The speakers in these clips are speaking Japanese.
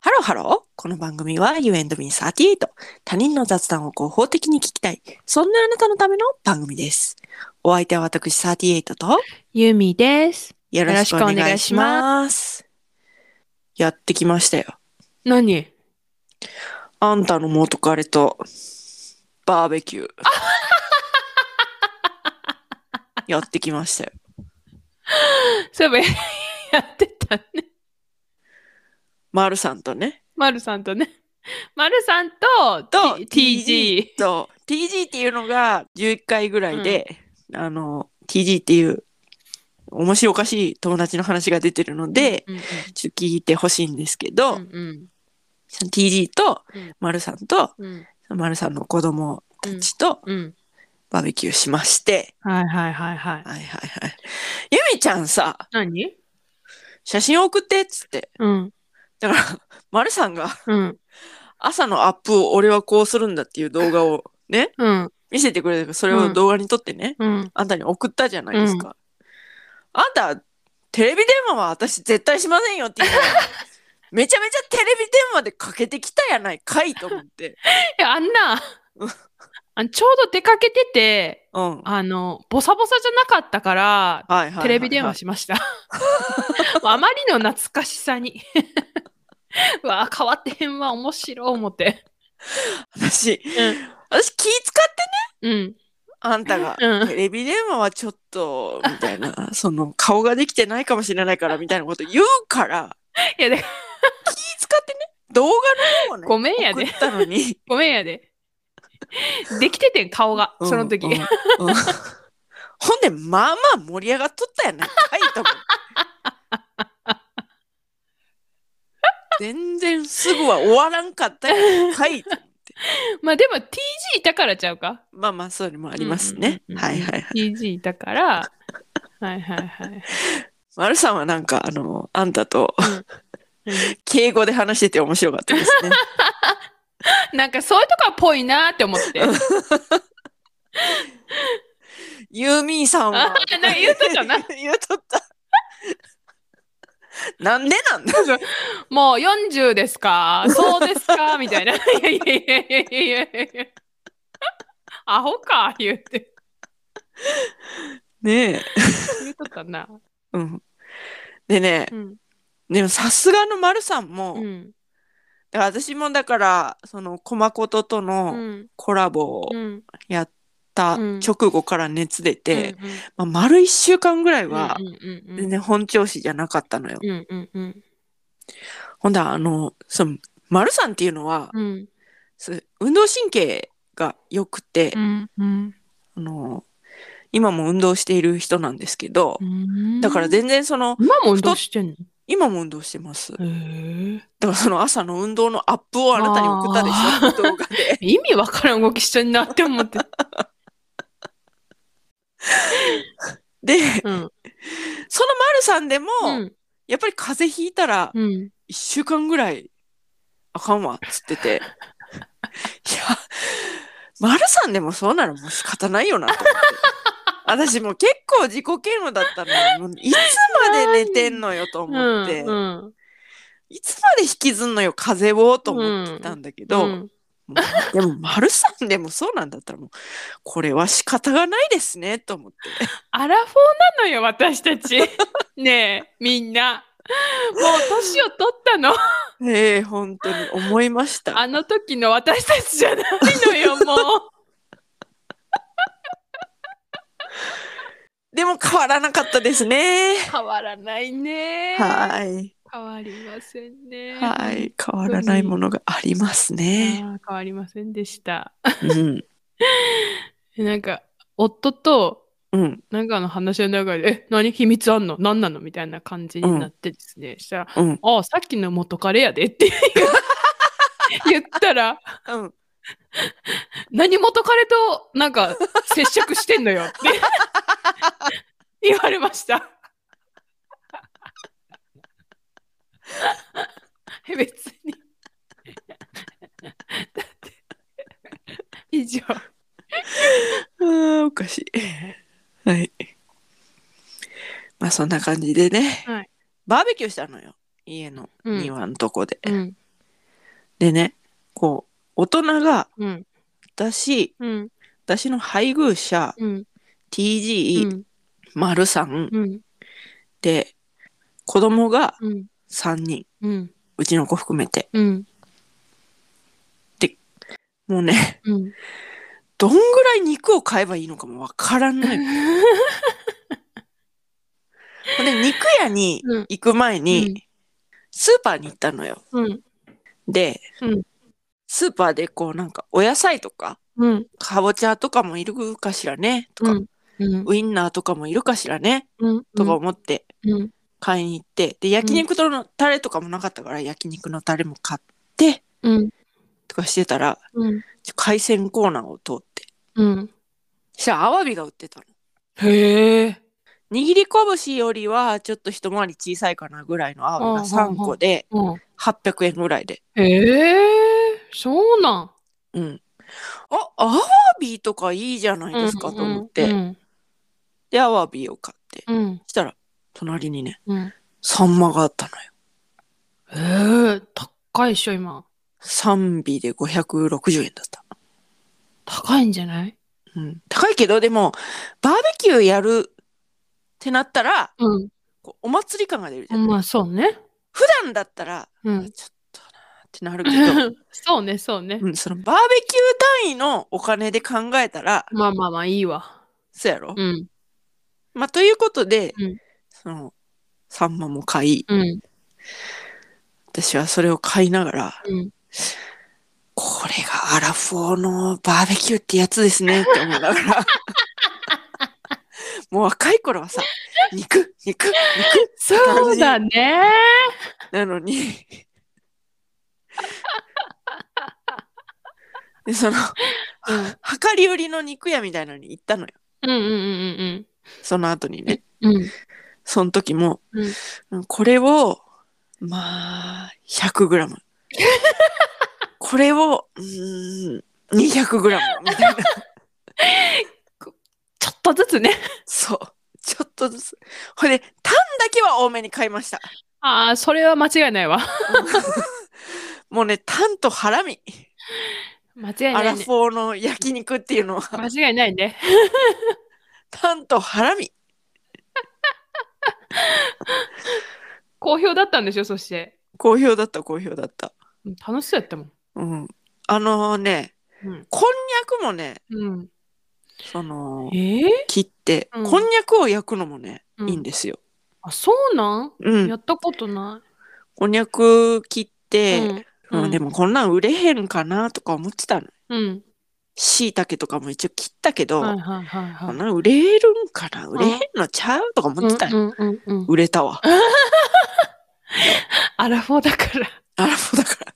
ハローこの番組は You and me38 他人の雑談を合法的に聞きたいそんなあなたのための番組ですお相手は私38とゆみです。よろしくお願いしますやってきましたよ何あんたの元彼とバーベキューやってきましたよそういえば やってたね。まるさんとねまるさんとね。まるさんと、と T- TG。と TG っていうのが11回ぐらいで、あの TG っていう面白おかしい友達の話が出てるので、うんうんちょっと聞いてほしいんですけど、うんその TG とうん丸さんとうん丸さんの子供たちとうん。バーベキューしまして、はいはいはいはい。はいはいはいゆみちゃんさ何写真送ってっつってうんだから 丸さんがうん朝のアップを俺はこうするんだっていう動画をねうん見せてくれたからそれを動画に撮ってね、うん。あんたに送ったじゃないですか。あんた、テレビ電話は私絶対しませんよって言ったらめちゃめちゃテレビ電話でかけてきたやないかいと思って。 え、あん な、あちょうど出かけてて、うん。はいあの、ボサボサじゃなかったから、はいはいはい、テレビ電話しました。 あまりの懐かしさに。 うわあ変わってへんわ、面白い思って。私、うん私気使ってね、うん。あんたが。うん テレビ電話はちょっと、みたいな、 その顔ができてないかもしれないから、みたいなこと言うから、いやで、気使ってね、動画の方をね、ごめんやで送ったのに。ごめんやで。できててん、顔が、その時。うん うんうんほんで、まあまあ盛り上がっとったやないかいと思って。全然すぐは終わらんかったやないかいと思って。まあでも TG いたからちゃうか。まあまあ、それもあありますね。はいはいはい。 TG いたから、はいはいはい。丸さんはなんか、あの、あんたとうん敬語で話してて面白かったです ね。なんかそういうとこはぽいなって思って。ユーミーさんは。あなんか言うとったな 言うとった。なんでなんだもう40ですかそうですかみたいな。いやいやいやいやいやいやいや。アホか言うて。 ねえ。言うとったな。うん。でね、うん。でもさすがの丸さんも、うん。だから私もだからそのコマコトとうのん。コラボをうん。やったうん直後から熱出て、うん、まあ、丸1週間ぐらいうんはうんうん全然本調子じゃなかったのよ。うんうんうんほんだらあのその丸さんっていうのは、うんそう運動神経が良くて、うんうんあの今も運動している人なんですけど、うんだから全然その今も運動してんの今も運動してます。だへえからその朝の運動のアップをあなたに送ったでしょ動画で。意味わからん動きしてんなって思って。でうん。その丸さんでも、うん。やっぱり風邪ひいたらうん。 1週間ぐらいあかんわっつってて いや丸さんでもそうならもう仕方ないよなと 思って私もう結構自己嫌悪だったのよもういつまで寝てんのよと思って、うん。いつまで引きずんのよ風邪をと思ってたんだけど、うんもうでも丸さんでもそうなんだったらもうこれは仕方がないですねと思ってアラフォーなのよ、私たち。 ねえ、みんな。もう年を取ったの。ええ本当に思いました。あの時の私たちじゃないのよ、 もでも変わらなかったですね。う。変わらないね。はい。変わりませんね。はうん。い。変わらないものがありますね。あー変わりませんでした。うん。なんか、夫と、うん。なんかの話の中で、え、何秘密あんの何なのみたいな感じになってですね。したら、うん。ああ、さっきの元カレやでっていう言ったら、うん。何元カレとなんか接触してんのよって言われました。え別に。だって、以上。ああ、おかしい。はい。まあ、そんな感じでね。はいバーベキューしたのよ。家のうん庭のとこで。うん。でねこう大人がうん。私うん。私の配偶者うん。う TG ん。丸さんうん。で子供がうん。 3人うん。うちの子含めてうん。もうねうん。どんぐらい肉を買えばいいのかもわからないで肉屋にうん行く前うんにスーパーに行ったのようん。で、うんスーパーでこうなんかお野菜とかうん。かぼちゃとかもいるかしらねとか、うん。うん。ウインナーとかもいるかしらねうん。とか思ってうん。買いに行ってで焼肉のタレとかもなかったから焼肉のタレも買ってうん。とかしてたらうん。海鮮コーナーを通ってうん。そしたらアワビが売ってたの。へえ。握り拳よりはちょっと一回り小さいかなぐらいのアワビが3個でうん。 800円ぐらいで。へえ。そうなん。うん。あ、アワビとかいいじゃないですかと思って、うん。で、アワビを買って。うん。そしたら、隣にね、うん。サンマがあったのよ。へえ。高いっしょ、今。 3尾で560円だった。高いんじゃないうん。高いけど、でも、バーベキューやるってなったら、うん。こうお祭り感が出るじゃん。まあ、そうね。普段だったら、うん。ちょっとなーってなるけ そうね、そうねど、。うん、そのバーベキュー単位のお金で考えたら、まあまあまあ、いいわ。そうやろ、うん。まあ、ということで、うんその、サンマも買い、うん。私はそれを買いながら、うん。これがアラフォーのバーベキューってやつですねって思いながら。 もう若い頃はさ、肉、肉、肉そうだね。なのに。で、その、うん。量り売りの肉屋みたいなのに行ったのよ。うんうんうんその後にね。うんうん。その時も、これを、まあ、100g。これを、うーん、200g みたいな。ちょっとずつね。そう。ちょっとずつ。ほいで、タンだけは多めに買いました。ああ、それは間違いないわ。もうね、タンとハラミ。間違いアなラいフォね。ーの焼肉っていうのは、 間違いないね。タンとハラミ。好評だったんでしょ、そして。好評だった、好評だった。うん楽しそうやったもん。うん。あのね、うん。こんにゃくもね、うん、そのえ、ー、切って、うんこんにゃくを焼くのもね、うんいいんですよ。あ、そうなん、うんや。ったことなこんにゃく切っい。て、うん。うんでもこんなん売れへんかなとか思ってたの。うん。しいたけとかも一応切ったけど、はいはいはいはこいん。なん売れるんかな売れへんのちゃうとか思ってたの。うんうんうんうん、売れたわ。アラフォーだか アラフォーだから。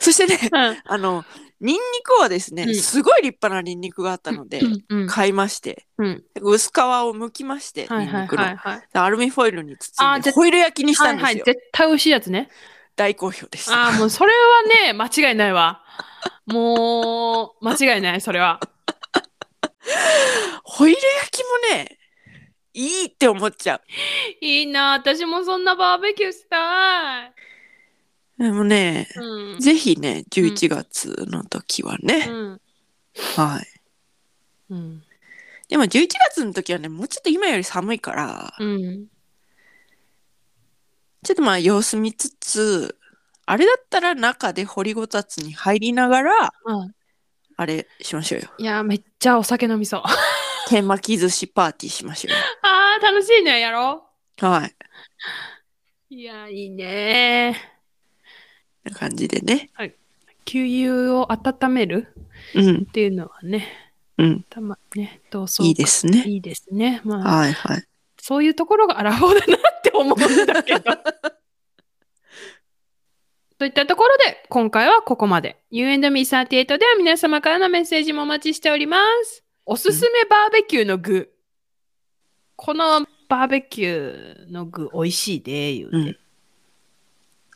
そしてね、ら。うんあの、ニンニクはですね、うんすごい立派なニンニクがあったので、うん買いまして、うん薄皮を剥きまして、はいニンはニいクの。はいはい。でアルミホイルに包あんで、絶ホイル焼きにしたはんいですよ。はい、絶対美味しいやつね。大好評でした。あ あ、もうそれはね、間違いないわ。もう、間違いない、それは。ホイル焼きもね、いいって思っちゃいいな、私もそんなバーベキューしたい。う。でもね、うん。ぜひね、11月の時はね、うん。はい。うん。でも11月の時はね、もうちょっと今より寒いから、うん。ちょっとまあ様子見つつ、あれだったら中で掘りごたつに入りながら、はあれしましょうよ。い、いや、めっちゃお酒飲みそう。あ手巻き寿司パーティーしましょうあ、楽しいね、やろよ。はい。う。いや、いいね。な感じでね。給油を温めるうん。っていうのはね、うん。たまね、同窓いいですね。いいですね。まあ、はいはい。そういうところがアラフォーだなって思うん だけど。といったところで、今回はここまで。U&Me38 では皆様からのメッセージもお待ちしております。おすすめバーベキューの具。このバーベキューの具美味しいで、言うて。うん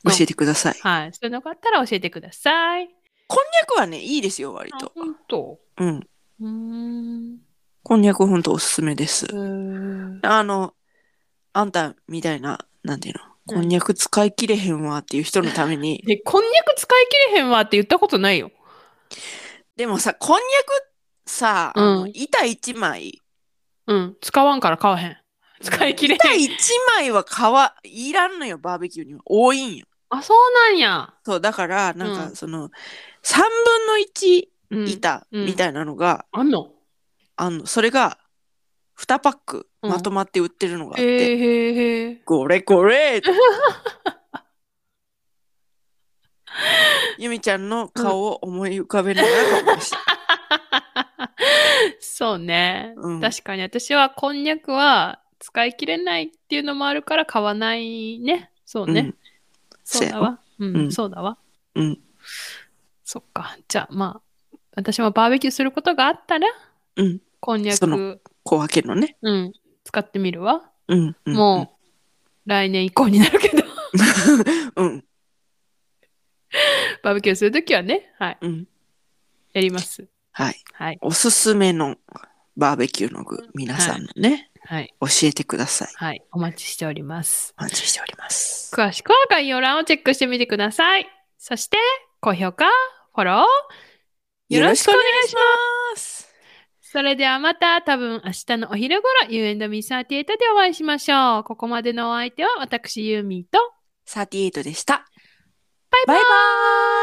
教えてください。こんにはい。そういうのがあったら教えてください。ゃくはね、いいですよ、割あと。本当うん。うーん。こんにゃくほんとおすすめですう。ーんあの、あんたみたいな、なんていうの、こんにゃく使い切れへんわっていう人のために。 で、こんにゃく使い切れへんわって言ったことないよ。でもさ、こんにゃくさ、うんあの板一枚。うん。使わんから買わへん。使い切れ板へん。一枚は皮いらんのよ、バーベキューには。多いんよ。あ、そうなんや。そう、だから、なんうかその、3分の1うん。板うんみたいなのが、あんのあんの。それが、2パックうんまとまって売ってるのがあっへて、えへえへ え。これこれゆみちゃんの顔を思い浮かべながら買いました。そうね。うん確かに私はこんにゃくは使い切れないっていうのもあるから買わないね。 そうね。うんそうだわ。うん、うんそうだわ。うん。そっか。じゃあまあ、私もバーベキューすることがあったら、うんこんにゃそく、小分けのね。うん、使ってみるわ。うん、うんもう、来年以降になるけど、 うん。うん。バーベキューするときはね、はい、うん。やります。はい。はい、おすすめのバーベキューの具、皆さんのね、はい、教えてください。はい、お待ちしております。お待ちしております。詳しくは概要欄をチェックしてみてください。そして、高評価、フォロー、よろしくお願いします。ます。それではまた多分明日のお昼ごろ U&Me38 でお会いしましょう。ここまでのお相手は私ユーミーと38でした。バイババイバイーイ